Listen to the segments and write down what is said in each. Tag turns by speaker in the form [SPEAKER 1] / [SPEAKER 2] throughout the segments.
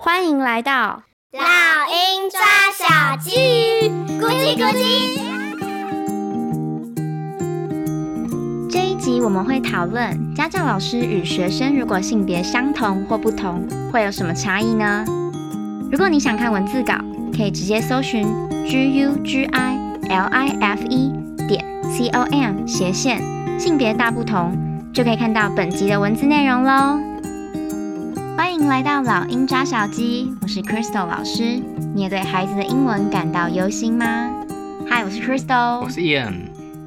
[SPEAKER 1] 欢迎来到
[SPEAKER 2] 老鹰抓小鸡，咕叽咕叽。
[SPEAKER 1] 这一集，我们会讨论家教老师与学生如果性别相同或不同，会有什么差异呢？如果你想看文字稿，可以直接搜寻 g u g i l i f e 点 c o m 斜线性别大不同，就可以看到本集的文字内容喽。欢迎来到老鹰抓小鸡，我是 Crystal 老师。你也对孩子的英文感到忧心吗？嗨，我是 Crystal，
[SPEAKER 3] 我是 Ian，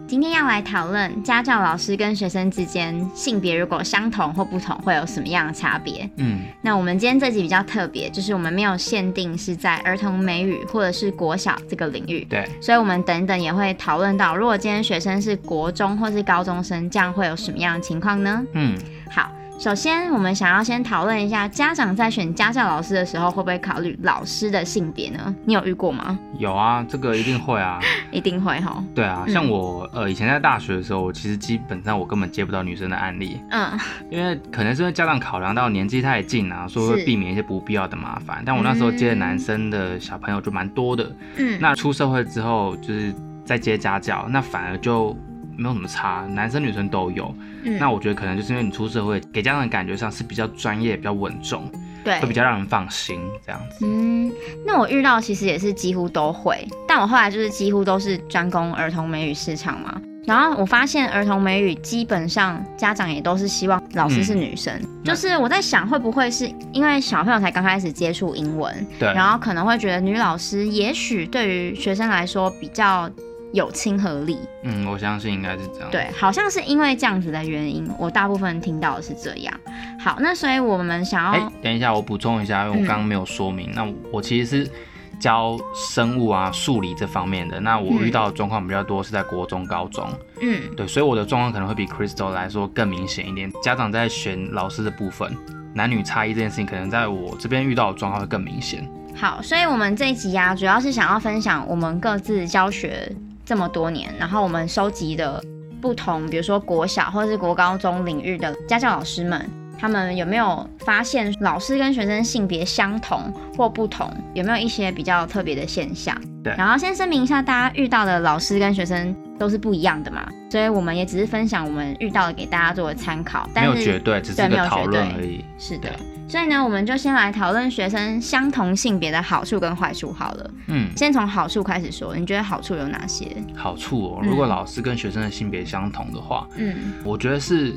[SPEAKER 1] 今天要来讨论家教老师跟学生之间性别如果相同或不同，会有什么样的差别？
[SPEAKER 3] 嗯，
[SPEAKER 1] 那我们今天这集比较特别，就是我们没有限定是在儿童美语或者是国小这个领域，
[SPEAKER 3] 对，
[SPEAKER 1] 所以我们等等也会讨论到，如果今天学生是国中或是高中生，这样会有什么样的情况呢？
[SPEAKER 3] 嗯，
[SPEAKER 1] 好，首先我们想要先讨论一下，家长在选家教老师的时候，会不会考虑老师的性别呢？你有遇过吗？
[SPEAKER 3] 有啊，这个一定会啊，
[SPEAKER 1] 一定会吼。
[SPEAKER 3] 对啊，
[SPEAKER 1] 嗯
[SPEAKER 3] 像我呃以前在大学的时候，其实基本上我根本接不到女生的案例，
[SPEAKER 1] 嗯，
[SPEAKER 3] 因为可能是因为家长考量到年纪太近啊，所以
[SPEAKER 1] 是
[SPEAKER 3] 会避免一些不必要的麻烦。但我那时候接的
[SPEAKER 1] 嗯
[SPEAKER 3] 男生的小朋友就蛮多的，
[SPEAKER 1] 嗯
[SPEAKER 3] 那出社会之后就是在接家教，那反而就没有什么差，男生女生都有。
[SPEAKER 1] 嗯
[SPEAKER 3] 那我觉得可能就是因为你出社会，给家长的感觉上是比较专业、比较稳重，
[SPEAKER 1] 对
[SPEAKER 3] 会比较让人放心这样子。
[SPEAKER 1] 嗯，那我遇到其实也是几乎都会，但我后来就是几乎都是专攻儿童美语市场嘛。然后我发现儿童美语基本上家长也都是希望老师是女生，
[SPEAKER 3] 那
[SPEAKER 1] 就是我在想会不会是因为小朋友才刚开始接触英文，
[SPEAKER 3] 对，
[SPEAKER 1] 然后可能会觉得女老师也许对于学生来说比较有亲和力，
[SPEAKER 3] 嗯，我相信应该是这样。
[SPEAKER 1] 对，好像是因为这样子的原因，我大部分听到的是这样。好，那所以我们想要、
[SPEAKER 3] 哎、等一下，我补充一下，因为
[SPEAKER 1] 嗯
[SPEAKER 3] 我刚刚没有说明。那我其实是教生物啊、数理这方面的。那我
[SPEAKER 1] 嗯
[SPEAKER 3] 遇到的状况比较多是在国中、高中，
[SPEAKER 1] 嗯。
[SPEAKER 3] 对，所以我的状况可能会比 Crystal 来说更明显一点。家长在选老师的部分，男女差异这件事情，可能在我这边遇到的状况会更明显。
[SPEAKER 1] 好，所以我们这一集啊，主要是想要分享我们各自教学这么多年，然后我们收集的不同，比如说国小或是国高中领域的家教老师们，他们有没有发现老师跟学生性别相同或不同，有没有一些比较特别的现象？
[SPEAKER 3] 对
[SPEAKER 1] 然后先声明一下，大家遇到的老师跟学生都是不一样的嘛，所以我们也只是分享我们遇到的给大家作为参考，
[SPEAKER 3] 没
[SPEAKER 1] 但
[SPEAKER 3] 有
[SPEAKER 1] 是
[SPEAKER 3] 绝对，只是
[SPEAKER 1] 对
[SPEAKER 3] 一
[SPEAKER 1] 没有
[SPEAKER 3] 个
[SPEAKER 1] 绝
[SPEAKER 3] 讨论
[SPEAKER 1] 对
[SPEAKER 3] 而已。
[SPEAKER 1] 是的
[SPEAKER 3] 对。
[SPEAKER 1] 所以呢，我们就先来讨论学生相同性别的好处跟坏处好了。
[SPEAKER 3] 嗯，
[SPEAKER 1] 先从好处开始说，你觉得好处有哪些？
[SPEAKER 3] 好处哦，
[SPEAKER 1] 嗯
[SPEAKER 3] 如果老师跟学生的性别相同的话，
[SPEAKER 1] 嗯，
[SPEAKER 3] 我觉得是，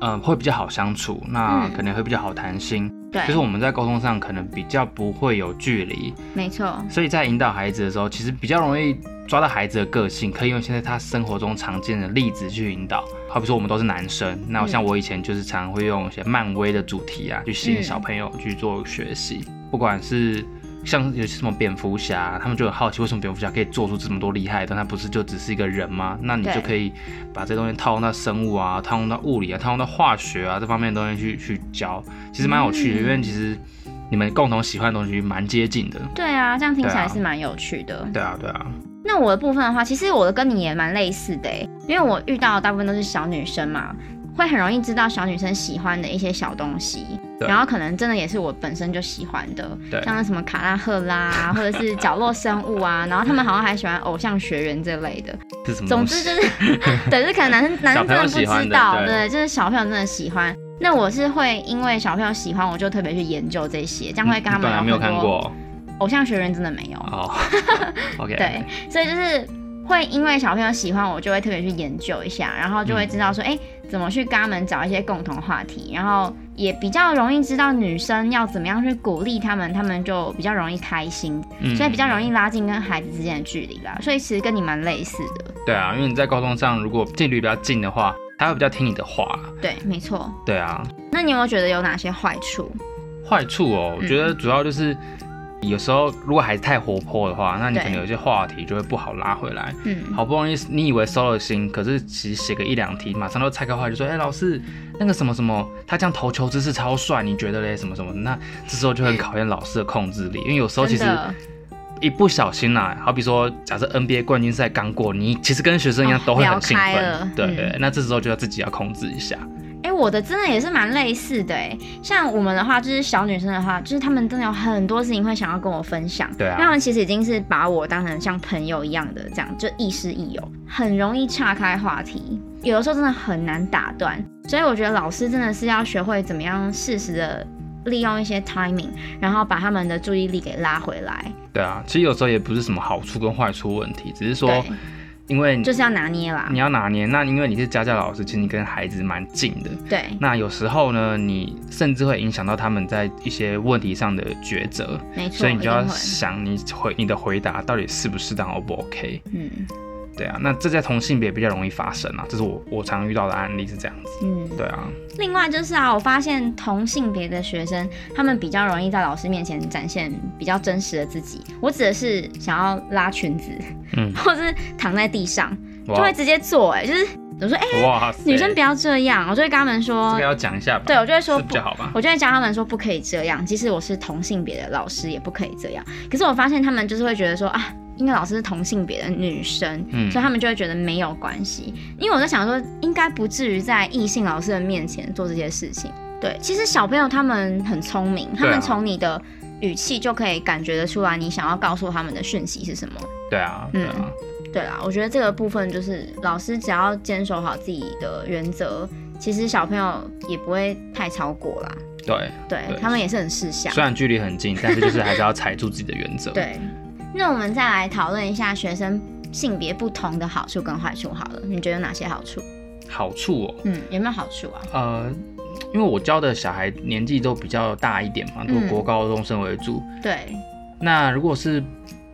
[SPEAKER 3] 呃，会比较好相处，那
[SPEAKER 1] 嗯
[SPEAKER 3] 可能会比较好谈心。
[SPEAKER 1] 对，
[SPEAKER 3] 就是我们在沟通上可能比较不会有距离，
[SPEAKER 1] 没错，
[SPEAKER 3] 所以在引导孩子的时候，其实比较容易抓到孩子的个性，可以用现在他生活中常见的例子去引导。好比说我们都是男生，那
[SPEAKER 1] 嗯
[SPEAKER 3] 像我以前就是常会用一些漫威的主题啊，去吸
[SPEAKER 1] 嗯
[SPEAKER 3] 引小朋友去做学习，不管是。像有些什么蝙蝠侠，他们就很好奇为什么蝙蝠侠可以做出这么多厉害的东西，但他不是就只是一个人吗？那你
[SPEAKER 1] 对
[SPEAKER 3] 就可以把这东西套用到生物啊，套用到物理啊，套用到化学啊这方面的东西去去教，其实蛮有趣的，
[SPEAKER 1] 嗯
[SPEAKER 3] 因为其实你们共同喜欢的东西蛮接近的。
[SPEAKER 1] 对啊，这样听起来
[SPEAKER 3] 对啊
[SPEAKER 1] 是蛮有趣的。
[SPEAKER 3] 对啊，对啊，
[SPEAKER 1] 那我的部分的话，其实我的跟你也蛮类似的欸，因为我遇到的大部分都是小女生嘛，会很容易知道小女生喜欢的一些小东西，
[SPEAKER 3] 对
[SPEAKER 1] 然后可能真的也是我本身就喜欢的，
[SPEAKER 3] 对
[SPEAKER 1] 像是什么卡拉赫啦，或者是角落生物啊，然后他们好像还喜欢偶像学员这类的，
[SPEAKER 3] 是什么
[SPEAKER 1] 总
[SPEAKER 3] 东
[SPEAKER 1] 之
[SPEAKER 3] 西？
[SPEAKER 1] 就是， 对，这可能男生男生真不
[SPEAKER 3] 嗯小朋友喜欢
[SPEAKER 1] 知
[SPEAKER 3] 的
[SPEAKER 1] 道，
[SPEAKER 3] 对
[SPEAKER 1] 对，就是小朋友真的喜欢。那我是会因为小朋友喜欢，我就特别去研究这些，这样会跟他
[SPEAKER 3] 你本
[SPEAKER 1] 们
[SPEAKER 3] 来嗯啊没有
[SPEAKER 1] 很
[SPEAKER 3] 看
[SPEAKER 1] 多
[SPEAKER 3] 过
[SPEAKER 1] 偶像学院真的没有，
[SPEAKER 3] 哦。OK，
[SPEAKER 1] 对，所以就是会因为小朋友喜欢我，就会特别去研究一下，然后就会
[SPEAKER 3] 嗯
[SPEAKER 1] 知道说，哎、怎么去跟他们找一些共同话题，然后也比较容易知道女生要怎么样去鼓励他们，他们就比较容易开心，
[SPEAKER 3] 嗯
[SPEAKER 1] 所以比较容易拉近跟孩子之间的距离啦。所以其实跟你蛮类似的，
[SPEAKER 3] 对啊，因为你在沟通上如果距离比较近的话，他会比较听你的话。
[SPEAKER 1] 对，没错。
[SPEAKER 3] 对啊，
[SPEAKER 1] 那你有没有觉得有哪些坏处？
[SPEAKER 3] 坏处哦，我觉得
[SPEAKER 1] 嗯
[SPEAKER 3] 主要就是。有时候，如果孩子太活泼的话，那你
[SPEAKER 1] 对
[SPEAKER 3] 可能有些话题就会不好拉回来。
[SPEAKER 1] 嗯，
[SPEAKER 3] 好不容易你以为收了心，可是其实写个一两题，马上都拆开话就说，哎、老师，那个什么什么，他这样投球姿势超帅，你觉得嘞？什么什么？那这时候就很考验老师的控制力，因为有时候其
[SPEAKER 1] 嗯真
[SPEAKER 3] 实
[SPEAKER 1] 的
[SPEAKER 3] 一不小心啦、好比说假设 NBA 冠军赛刚过，你其实跟学生一样
[SPEAKER 1] 哦
[SPEAKER 3] 都会
[SPEAKER 1] 聊
[SPEAKER 3] 很兴
[SPEAKER 1] 开
[SPEAKER 3] 奋，
[SPEAKER 1] 了
[SPEAKER 3] 对
[SPEAKER 1] 嗯
[SPEAKER 3] 对，那这时候就要自己要控制一下，
[SPEAKER 1] 哎、我的真的也是蛮类似的哎、像我们的话，就是小女生的话，就是她们真的有很多事情会想要跟我分享，
[SPEAKER 3] 对啊
[SPEAKER 1] 因为她们其实已经是把我当成像朋友一样的这样，就亦师亦友，很容易岔开话题，有的时候真的很难打断，所以我觉得老师真的是要学会怎么样适时的利用一些 timing，然后把他们的注意力给拉回来，
[SPEAKER 3] 对啊，其实有时候也不是什么好处跟坏处问题，只是说
[SPEAKER 1] 对，
[SPEAKER 3] 因为你
[SPEAKER 1] 就是啊要拿捏啦
[SPEAKER 3] 你，要拿捏，那因为你是家教老师，其实你跟孩子蛮近的。
[SPEAKER 1] 对，
[SPEAKER 3] 那有时候呢，你甚至会影响到他们在一些问题上的抉择，
[SPEAKER 1] 没错，
[SPEAKER 3] 所以你就
[SPEAKER 1] 一
[SPEAKER 3] 要
[SPEAKER 1] 定会
[SPEAKER 3] 想你回你的回答到底适不适当，O 不 OK？
[SPEAKER 1] 嗯
[SPEAKER 3] 对啊，那这在同性别比较容易发生啊，这是我我常遇到的案例是这样子。
[SPEAKER 1] 嗯。
[SPEAKER 3] 对啊，
[SPEAKER 1] 另外就是啊，我发现同性别的学生，他们比较容易在老师面前展现比较真实的自己。我指的是想要拉裙子，
[SPEAKER 3] 嗯
[SPEAKER 1] 或是躺在地上，就
[SPEAKER 3] 哇
[SPEAKER 1] 会直接做、哎，就是我说，哎、
[SPEAKER 3] 哇塞，
[SPEAKER 1] 女生不要这样，我就会跟他们
[SPEAKER 3] 这
[SPEAKER 1] 说
[SPEAKER 3] 个，要讲一下吧，
[SPEAKER 1] 对我就会说
[SPEAKER 3] 是比
[SPEAKER 1] 不
[SPEAKER 3] 较好吧？
[SPEAKER 1] 我就会教他们说不可以这样，即使我是同性别的老师也不可以这样。可是我发现他们就是会觉得说啊，因为老师是同性别的女生，
[SPEAKER 3] 嗯
[SPEAKER 1] 所以他们就会觉得没有关系。因为我在想说，应该不至于在异性老师的面前做这些事情。对，其实小朋友他们很聪明，他们从你的语气就可以感觉得出来你想要告诉他们的讯息是什么。
[SPEAKER 3] 对啊，
[SPEAKER 1] 嗯
[SPEAKER 3] 对啊，
[SPEAKER 1] 对啦，我觉得这个部分就是老师只要坚守好自己的原则，其实小朋友也不会太超过啦。
[SPEAKER 3] 对。
[SPEAKER 1] 对
[SPEAKER 3] 对
[SPEAKER 1] 他们也是很识相。
[SPEAKER 3] 虽然距离很近，但是就是还是要踩住自己的原则。，
[SPEAKER 1] 对，那我们再来讨论一下学生性别不同的好处跟坏处好了，你觉得有哪些好处？
[SPEAKER 3] 好处哦，
[SPEAKER 1] 嗯，有没有好处啊？
[SPEAKER 3] 呃，因为我教的小孩年纪都比较大一点嘛，都
[SPEAKER 1] 嗯
[SPEAKER 3] 国高中生为主。
[SPEAKER 1] 对，
[SPEAKER 3] 那如果是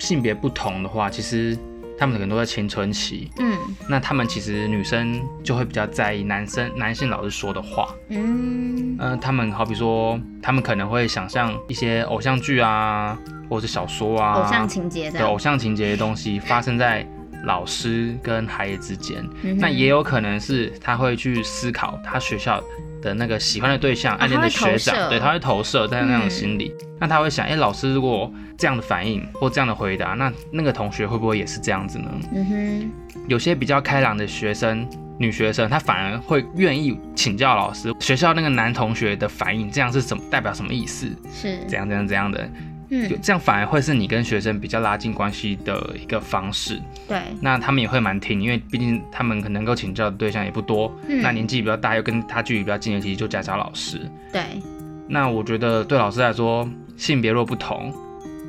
[SPEAKER 3] 性别不同的话，其实他们可能都在青春期，
[SPEAKER 1] 嗯
[SPEAKER 3] 那他们其实女生就会比较在意男生男性老师说的话。
[SPEAKER 1] 嗯
[SPEAKER 3] 嗯、他们好比说，他们可能会想象一些偶像剧啊，或者是小说啊，
[SPEAKER 1] 偶像情节这
[SPEAKER 3] 对
[SPEAKER 1] 样
[SPEAKER 3] 偶像情节的东西发生在老师跟孩子之间。
[SPEAKER 1] 嗯哼
[SPEAKER 3] 那也有可能是他会去思考他学校的那个喜欢的对象、暗恋的学
[SPEAKER 1] 啊他会投射
[SPEAKER 3] 长，对，他会投射在那种
[SPEAKER 1] 嗯
[SPEAKER 3] 心理。那他会想，哎、老师如果这样的反应或这样的回答，那那个同学会不会也是这样子呢？
[SPEAKER 1] 嗯哼，
[SPEAKER 3] 有些比较开朗的学生。女学生她反而会愿意请教老师，学校那个男同学的反应，这样是什么代表什么意思？
[SPEAKER 1] 是
[SPEAKER 3] 怎样怎样怎样的，有
[SPEAKER 1] 嗯
[SPEAKER 3] 这样反而会是你跟学生比较拉近关系的一个方式。
[SPEAKER 1] 对
[SPEAKER 3] 那他们也会蛮听，因为毕竟他们可能能够请教的对象也不多，
[SPEAKER 1] 嗯
[SPEAKER 3] 那年纪比较大又跟他距离比较近的，其实就家教老师。
[SPEAKER 1] 对，
[SPEAKER 3] 那我觉得对老师来说，性别若不同，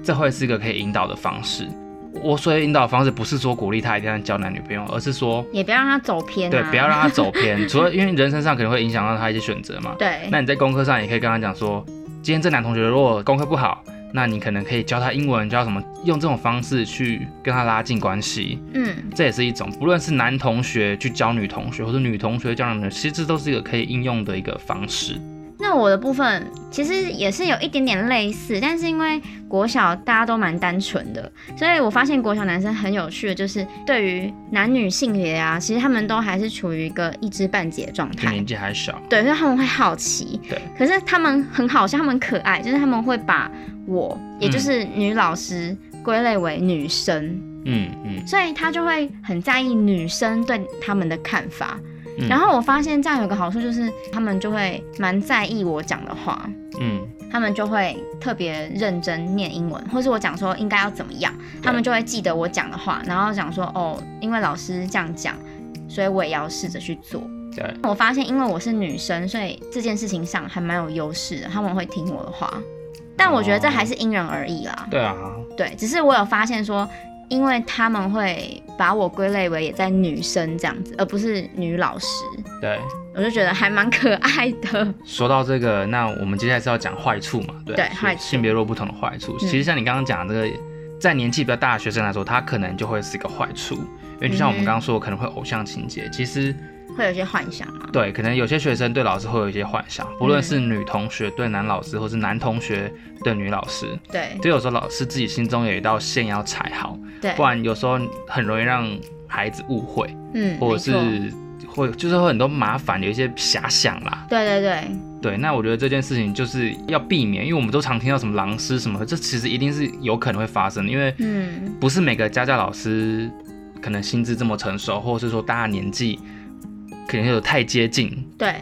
[SPEAKER 3] 这会是一个可以引导的方式。我所以引导的方式不是说鼓励他一定要交男女朋友，而是说，
[SPEAKER 1] 也不要让他走偏、啊，
[SPEAKER 3] 对，不要让他走偏。 除了因为人身上可能会影响到他一些选择嘛，
[SPEAKER 1] 对
[SPEAKER 3] 那你在功课上也可以跟他讲说，今天这男同学如果功课不好，那你可能可以教他英文，教他什么，用这种方式去跟他拉近关系。
[SPEAKER 1] 嗯
[SPEAKER 3] 这也是一种，不论是男同学去教女同学，或者女同学教男同学，其实这都是一个可以应用的一个方式。
[SPEAKER 1] 那我的部分其实也是有一点点类似，但是因为国小大家都蛮单纯的，所以我发现国小男生很有趣的，就是对于男女性别啊，其实他们都还是处于一个一知半解的状
[SPEAKER 3] 就
[SPEAKER 1] 态
[SPEAKER 3] 年。纪还小，
[SPEAKER 1] 对，所以他们会好奇。
[SPEAKER 3] 对，
[SPEAKER 1] 可是他们很好笑，他们可爱，就是他们会把我，也
[SPEAKER 3] 嗯
[SPEAKER 1] 就是女老师归类为女生，
[SPEAKER 3] 嗯嗯，
[SPEAKER 1] 所以他就会很在意女生对他们的看法。
[SPEAKER 3] 嗯
[SPEAKER 1] 然后我发现这样有个好处就是，他们就会蛮在意我讲的话。
[SPEAKER 3] 嗯，
[SPEAKER 1] 他们就会特别认真念英文，或是我讲说应该要怎么样，他们就会记得我讲的话，然后讲说哦，因为老师这样讲，所以我也要试着去做。
[SPEAKER 3] 对，
[SPEAKER 1] 我发现因为我是女生，所以这件事情上还蛮有优势的，他们会听我的话。但我觉得这还是因人而异啦，
[SPEAKER 3] 对啊，
[SPEAKER 1] 对，只是我有发现说，因为他们会把我归类为也在女生这样子，而不是女老师，
[SPEAKER 3] 对。
[SPEAKER 1] 我就觉得还蛮可爱的。
[SPEAKER 3] 说到这个，那我们接下来是要讲坏处嘛？对，
[SPEAKER 1] 对
[SPEAKER 3] 是
[SPEAKER 1] 坏处嗯
[SPEAKER 3] 性别若不同的坏处。其实像你刚刚讲的这个，在年纪比较大的学生来说，他可能就会是一个坏处，因为就像我们
[SPEAKER 1] 嗯
[SPEAKER 3] 刚刚说，可能会偶像情节。其实
[SPEAKER 1] 会有一些幻想吗？
[SPEAKER 3] 对，可能有些学生对老师会有一些幻想，不论是女同学对男老师，或是男同学对女老师，
[SPEAKER 1] 对
[SPEAKER 3] 就有时候老师自己心中有一道线要踩好，
[SPEAKER 1] 对，
[SPEAKER 3] 不然有时候很容易让孩子误会，
[SPEAKER 1] 嗯，
[SPEAKER 3] 或者
[SPEAKER 1] 没错
[SPEAKER 3] 是会就是会很多麻烦，有一些遐想啦。
[SPEAKER 1] 对对对，
[SPEAKER 3] 对，那我觉得这件事情就是要避免，因为我们都常听到什么狼师什么的，这其实一定是有可能会发生的，因为
[SPEAKER 1] 嗯，
[SPEAKER 3] 不是每个家教老师可能心智这么成熟，或者是说大家年纪可能有太接近，
[SPEAKER 1] 对，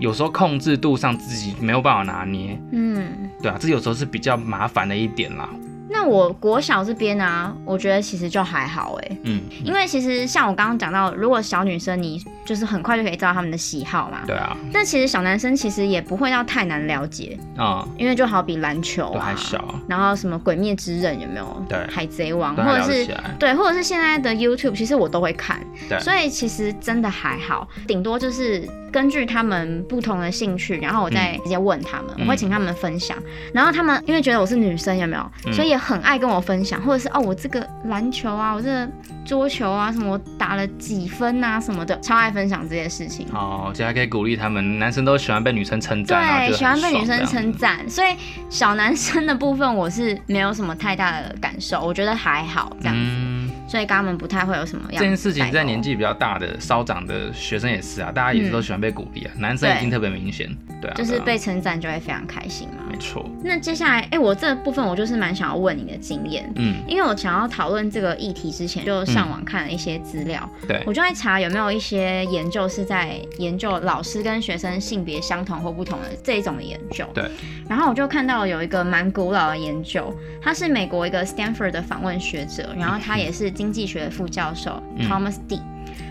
[SPEAKER 3] 有时候控制度上自己没有办法拿捏，
[SPEAKER 1] 嗯，
[SPEAKER 3] 对啊，这有时候是比较麻烦的一点啦。
[SPEAKER 1] 那我国小这边啊，我觉得其实就还好哎、
[SPEAKER 3] 嗯，
[SPEAKER 1] 因为其实像我刚刚讲到，如果小女生你就是很快就可以知道他们的喜好嘛，
[SPEAKER 3] 对啊，
[SPEAKER 1] 那其实小男生其实也不会到太难了解，
[SPEAKER 3] 啊、
[SPEAKER 1] 因为就好比篮球
[SPEAKER 3] 都
[SPEAKER 1] 啊，
[SPEAKER 3] 还小，
[SPEAKER 1] 然后什么《鬼灭之刃》有没有？
[SPEAKER 3] 对
[SPEAKER 1] 海贼王
[SPEAKER 3] 都
[SPEAKER 1] 或
[SPEAKER 3] 还
[SPEAKER 1] 者
[SPEAKER 3] 聊得
[SPEAKER 1] 是
[SPEAKER 3] 起来。
[SPEAKER 1] 对，或者是现在的 YouTube，其实我都会看，
[SPEAKER 3] 对
[SPEAKER 1] 所以其实真的还好，顶多就是根据他们不同的兴趣，然后我再直接问他们，
[SPEAKER 3] 嗯
[SPEAKER 1] 我会请他们分享，然后他们因为觉得我是女生，有没有，
[SPEAKER 3] 嗯
[SPEAKER 1] 所以也很爱跟我分享，或者是哦，我这个篮球啊，我这个桌球啊，什么我打了几分啊什么的，超爱分享这些事情。
[SPEAKER 3] 哦，这还可以鼓励他们，男生都喜欢被女生称赞啊，
[SPEAKER 1] 对，
[SPEAKER 3] 就
[SPEAKER 1] 喜
[SPEAKER 3] 很
[SPEAKER 1] 欢被女
[SPEAKER 3] 爽这
[SPEAKER 1] 生
[SPEAKER 3] 样
[SPEAKER 1] 称赞，所以小男生的部分我是没有什么太大的感受，我觉得还好这样子，
[SPEAKER 3] 嗯，
[SPEAKER 1] 所以跟他们不太会有什么样
[SPEAKER 3] 这件事情
[SPEAKER 1] 代
[SPEAKER 3] 在
[SPEAKER 1] 沟
[SPEAKER 3] 年纪比较大的稍长的学生也是啊，大家也是都喜欢被鼓励啊，男生一定特别明显，对啊，
[SPEAKER 1] 就是
[SPEAKER 3] 对啊
[SPEAKER 1] 被称赞就会非常开心嘛。
[SPEAKER 3] 没错，
[SPEAKER 1] 那接下来，哎、我这部分我就是蛮想要问你的经验，
[SPEAKER 3] 嗯，
[SPEAKER 1] 因为我想要讨论这个议题之前，就上网看了一些资料，
[SPEAKER 3] 嗯对
[SPEAKER 1] 我就在查有没有一些研究是在研究老师跟学生性别相同或不同的这一种的研究。
[SPEAKER 3] 对。
[SPEAKER 1] 然后我就看到有一个蛮古老的研究，他是美国一个 Stanford 的访问学者，然后他也是经济学的副教授、
[SPEAKER 3] 嗯
[SPEAKER 1] Thomas D，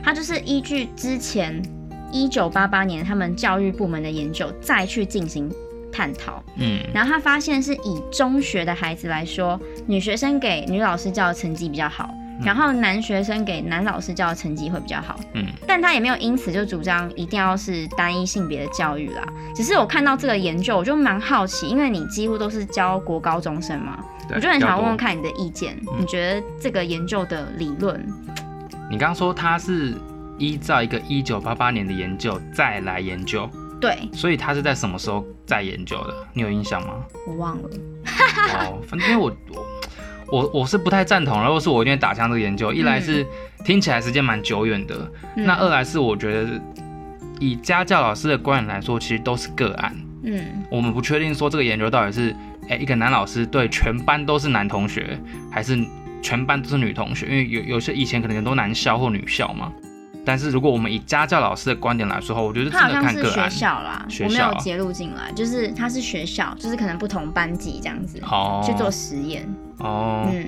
[SPEAKER 1] 他就是依据之前一九八八年他们教育部门的研究再去进行探讨。
[SPEAKER 3] 嗯
[SPEAKER 1] 然后他发现是以中学的孩子来说，女学生给女老师教的成绩比较好，然后男学生给男老师教的成绩会比较好。
[SPEAKER 3] 嗯，
[SPEAKER 1] 但他也没有因此就主张一定要是单一性别的教育啦。只是我看到这个研究，我就蛮好奇，因为你几乎都是教国高中生嘛，
[SPEAKER 3] 对
[SPEAKER 1] 我就很想问问。
[SPEAKER 3] 比较多
[SPEAKER 1] 看你的意见，
[SPEAKER 3] 嗯
[SPEAKER 1] 你觉得这个研究的理论，
[SPEAKER 3] 你刚刚说他是依照一个一九八八年的研究再来研究，
[SPEAKER 1] 对
[SPEAKER 3] 所以他是在什么时候再研究的？你有印象吗？
[SPEAKER 1] 我忘了，
[SPEAKER 3] 哦，反正因为我我我我是不太赞同，然后是我一定会打枪这个研究。一来是听起来时间蛮久远的，
[SPEAKER 1] 嗯
[SPEAKER 3] 那二来是我觉得以家教老师的观点来说，其实都是个案，
[SPEAKER 1] 嗯
[SPEAKER 3] 我们不确定说这个研究到底是哎、一个男老师对全班都是男同学，还是全班都是女同学，因为有有些以前可能很多男校或女校嘛。但是如果我们以家教老师的观点来说，我觉得真
[SPEAKER 1] 他好
[SPEAKER 3] 的
[SPEAKER 1] 像
[SPEAKER 3] 看
[SPEAKER 1] 是
[SPEAKER 3] 个
[SPEAKER 1] 学
[SPEAKER 3] 案。
[SPEAKER 1] 校啦，
[SPEAKER 3] 学
[SPEAKER 1] 我没
[SPEAKER 3] 校
[SPEAKER 1] 有揭露进来，就是他是学校，就是可能不同班级这样子、
[SPEAKER 3] 哦
[SPEAKER 1] 去做实验，
[SPEAKER 3] 哦，
[SPEAKER 1] 嗯，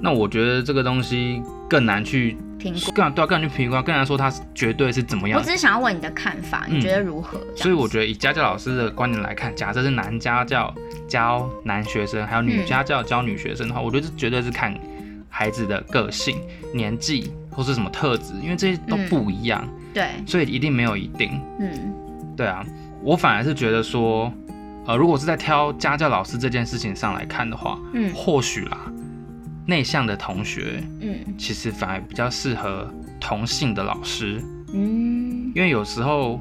[SPEAKER 3] 那我觉得这个东西更难去
[SPEAKER 1] 评估。
[SPEAKER 3] 更对啊，更难去评估啊，更难说它绝对是怎么
[SPEAKER 1] 我
[SPEAKER 3] 样
[SPEAKER 1] 只。是想要问你的看法，
[SPEAKER 3] 嗯
[SPEAKER 1] 你觉得如何？
[SPEAKER 3] 所以我觉得以家教老师的观点来看，假设是男家教教男学生，还有女
[SPEAKER 1] 嗯
[SPEAKER 3] 家教教女学生的话，我觉得这绝对是看孩子的个性、年纪或是什么特质，因为这些都
[SPEAKER 1] 嗯
[SPEAKER 3] 不一样，
[SPEAKER 1] 得对，
[SPEAKER 3] 所以一定没有一定。
[SPEAKER 1] 嗯
[SPEAKER 3] 对啊，我反而是觉得说，呃，如果是在挑家教老师这件事情上来看的话，
[SPEAKER 1] 嗯
[SPEAKER 3] 或许啦，内向的同学
[SPEAKER 1] 嗯
[SPEAKER 3] 其实反而比较适合同性的老师，
[SPEAKER 1] 嗯
[SPEAKER 3] 因为有时候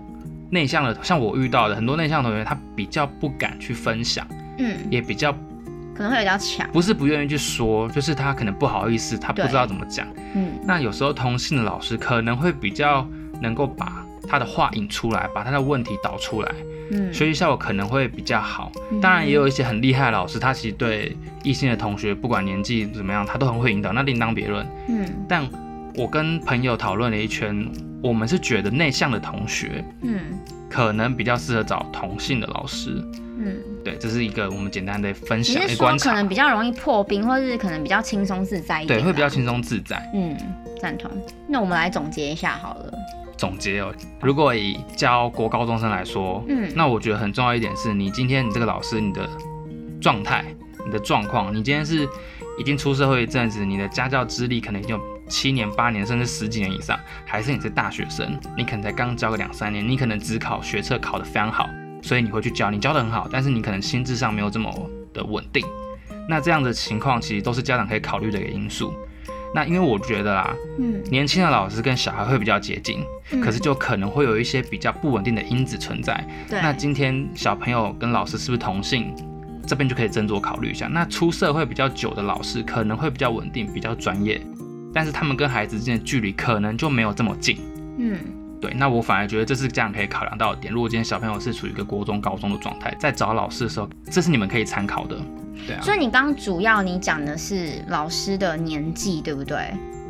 [SPEAKER 3] 内向的，像我遇到的很多内向的同学，他比较不敢去分享，
[SPEAKER 1] 嗯，
[SPEAKER 3] 也比较
[SPEAKER 1] 可能会比较强，
[SPEAKER 3] 不是不愿意去说，就是他可能不好意思，他不
[SPEAKER 1] 对
[SPEAKER 3] 知道怎么讲。
[SPEAKER 1] 嗯
[SPEAKER 3] 那有时候同性的老师可能会比较能够把他的话引出来，把他的问题导出来，
[SPEAKER 1] 嗯，
[SPEAKER 3] 学习效果可能会比较好
[SPEAKER 1] 嗯。
[SPEAKER 3] 当然也有一些很厉害的老师，他其实对异性的同学，不管年纪怎么样，他都很会引导，那另当别论。
[SPEAKER 1] 嗯
[SPEAKER 3] 但我跟朋友讨论了一圈，我们是觉得内向的同学
[SPEAKER 1] 嗯
[SPEAKER 3] 可能比较适合找同性的老师。
[SPEAKER 1] 嗯，
[SPEAKER 3] 对，这是一个我们简单的分
[SPEAKER 1] 只
[SPEAKER 3] 享、
[SPEAKER 1] 是
[SPEAKER 3] 诶
[SPEAKER 1] 说
[SPEAKER 3] 哎观
[SPEAKER 1] 可
[SPEAKER 3] 察
[SPEAKER 1] 能，比较容易破冰，或是可能比较轻松自在一点，啊
[SPEAKER 3] 对，会比较。轻松自在。
[SPEAKER 1] 嗯，赞同。那我们来总结一下好了。
[SPEAKER 3] 总结哦，如果以教国高中生来说，
[SPEAKER 1] 嗯
[SPEAKER 3] 那我觉得很重要一点是你今天你这个老师你的状态、你的状况，你今天是已经出社会一阵子，你的家教资历可能已经有七年、八年甚至十几年以上，还是你是大学生，你可能才刚教个两三年，你可能只考学测考得非常好，所以你会去教，你教得很好，但是你可能心智上没有这么的稳定。那这样的情况其实都是家长可以考虑的一个因素。那因为我觉得啦，
[SPEAKER 1] 嗯，
[SPEAKER 3] 年轻的老师跟小孩会比较接近，
[SPEAKER 1] 嗯
[SPEAKER 3] 可是就可能会有一些比较不稳定的因子存在。
[SPEAKER 1] 对，
[SPEAKER 3] 那今天小朋友跟老师是不是同性，这边就可以斟酌考虑一下。那出社会比较久的老师可能会比较稳定、比较专业，但是他们跟孩子之间的距离可能就没有这么近。
[SPEAKER 1] 嗯
[SPEAKER 3] 对，那我反而觉得这是家长可以考量到的点。如果今天小朋友是处于一个国中、高中的状态，在找老师的时候，这是你们可以参考的。对啊，
[SPEAKER 1] 所以你刚刚主要你讲的是老师的年纪，对不对？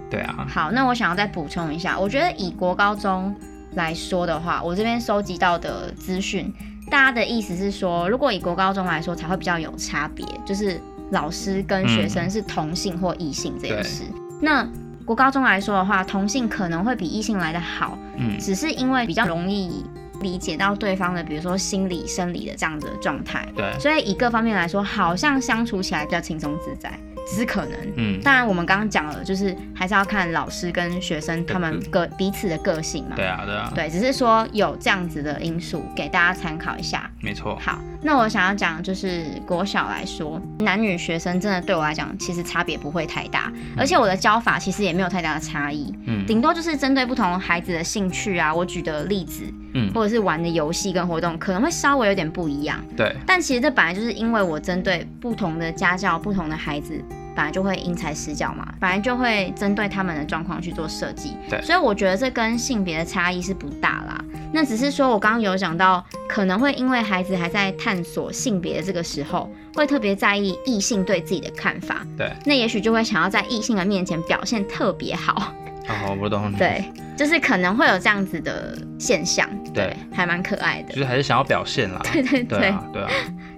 [SPEAKER 3] 对啊，
[SPEAKER 1] 好，那我想要再补充一下，我觉得以国高中来说的话，我这边收集到的资讯，大家的意思是说，如果以国高中来说，才会比较有差别，就是老师跟学生是同性或异性这件事。那国高中来说的话，同性可能会比异性来的好，
[SPEAKER 3] 嗯，
[SPEAKER 1] 只是因为比较容易理解到对方的，比如说心理、生理的这样子的状态，
[SPEAKER 3] 对，
[SPEAKER 1] 所以以各方面来说，好像相处起来比较轻松自在，只是可能。
[SPEAKER 3] 嗯，
[SPEAKER 1] 当然，我们刚刚讲了，就是还是要看老师跟学生他们个彼此的个性嘛。
[SPEAKER 3] 对啊，对啊，
[SPEAKER 1] 对，只是说有这样子的因素给大家参考一下。
[SPEAKER 3] 没错，
[SPEAKER 1] 好，那我想要讲就是国小来说，男女学生真的对我来讲其实差别不会太大，而且我的教法其实也没有太大的差异，
[SPEAKER 3] 嗯
[SPEAKER 1] 顶多就是针对不同孩子的兴趣啊，我举的例子
[SPEAKER 3] 嗯，
[SPEAKER 1] 或者是玩的游戏跟活动可能会稍微有点不一样，
[SPEAKER 3] 对，
[SPEAKER 1] 但其实这本来就是因为我针对不同的家教、不同的孩子，本来就会因材施教嘛，本来就会针对他们的状况去做设计。
[SPEAKER 3] 对
[SPEAKER 1] 所以我觉得这跟性别的差异是不大啦。那只是说我刚刚有讲到，可能会因为孩子还在探索性别的这个时候，会特别在意异性对自己的看法。
[SPEAKER 3] 对，
[SPEAKER 1] 那也许就会想要在异性的面前表现特别好。
[SPEAKER 3] 哦，我懂你，，
[SPEAKER 1] 对，就是可能会有这样子的现象。
[SPEAKER 3] 对，
[SPEAKER 1] 还蛮可爱
[SPEAKER 3] 就
[SPEAKER 1] 的。
[SPEAKER 3] 是还是想要表现啦，
[SPEAKER 1] 对对
[SPEAKER 3] 对啊，对啊。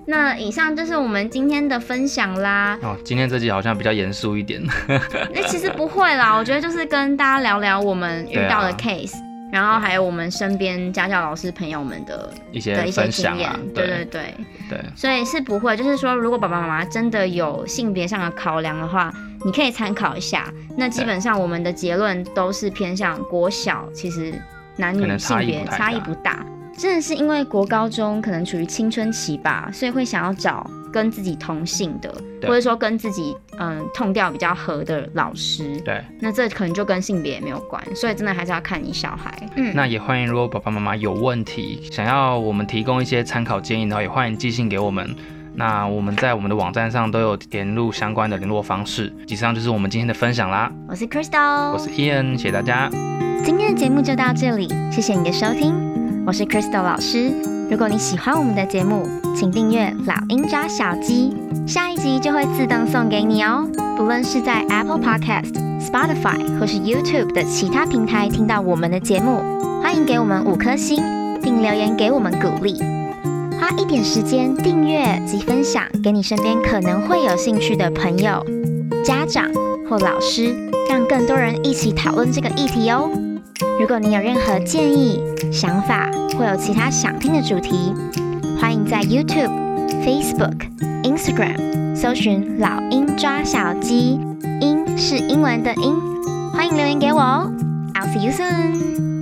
[SPEAKER 1] 那以上就是我们今天的分享啦。
[SPEAKER 3] 哦，今天这集好像比较严肃一点，
[SPEAKER 1] 那哎其实不会啦，我觉得就是跟大家聊聊我们遇到的
[SPEAKER 3] 对啊
[SPEAKER 1] case，、然后还有我们身边家教老师朋友们的
[SPEAKER 3] 一
[SPEAKER 1] 的
[SPEAKER 3] 些
[SPEAKER 1] 一些经
[SPEAKER 3] 分享
[SPEAKER 1] 验
[SPEAKER 3] 啦，，
[SPEAKER 1] 对对
[SPEAKER 3] 对
[SPEAKER 1] 对，
[SPEAKER 3] 对，
[SPEAKER 1] 所以是不会，就是说如果爸爸妈妈真的有性别上的考量的话，你可以参考一下。那基本上我们的结论都是偏向国小，其实男
[SPEAKER 3] 可
[SPEAKER 1] 女
[SPEAKER 3] 能
[SPEAKER 1] 性
[SPEAKER 3] 差异
[SPEAKER 1] 别
[SPEAKER 3] 不太
[SPEAKER 1] 差异
[SPEAKER 3] 大
[SPEAKER 1] 不大。真的是因为国高中可能处于青春期吧，所以会想要找跟自己同性的，
[SPEAKER 3] 对
[SPEAKER 1] 或者说跟自己嗯痛调比较合的老师。
[SPEAKER 3] 对，
[SPEAKER 1] 那这可能就跟性别也没有关，所以真的还是要看你小孩。嗯，
[SPEAKER 3] 那也欢迎，如果爸爸妈妈有问题，想要我们提供一些参考建议的话，也欢迎寄信给我们。那我们在我们的网站上都有填入相关的联络方式。以上就是我们今天的分享啦，
[SPEAKER 1] 我是 Crystal，
[SPEAKER 3] 我是 Ian，谢谢大家，
[SPEAKER 1] 今天的节目就到这里，谢谢你的收听，我是 Crystal 老师。如果你喜欢我们的节目，请订阅《老鹰抓小鸡》，下一集就会自动送给你哦。不论是在 Apple Podcast、Spotify 或是 YouTube 的其他平台听到我们的节目，欢迎给我们五颗星，并留言给我们鼓励。花一点时间订阅及分享给你身边可能会有兴趣的朋友、家长或老师，让更多人一起讨论这个议题哦。如果你有任何建议、想法，或有其他想听的主题，欢迎在 YouTube、Facebook、Instagram 搜寻“老鹰抓小鸡”，鹰是英文的鹰，欢迎留言给我哦。I'll see you soon.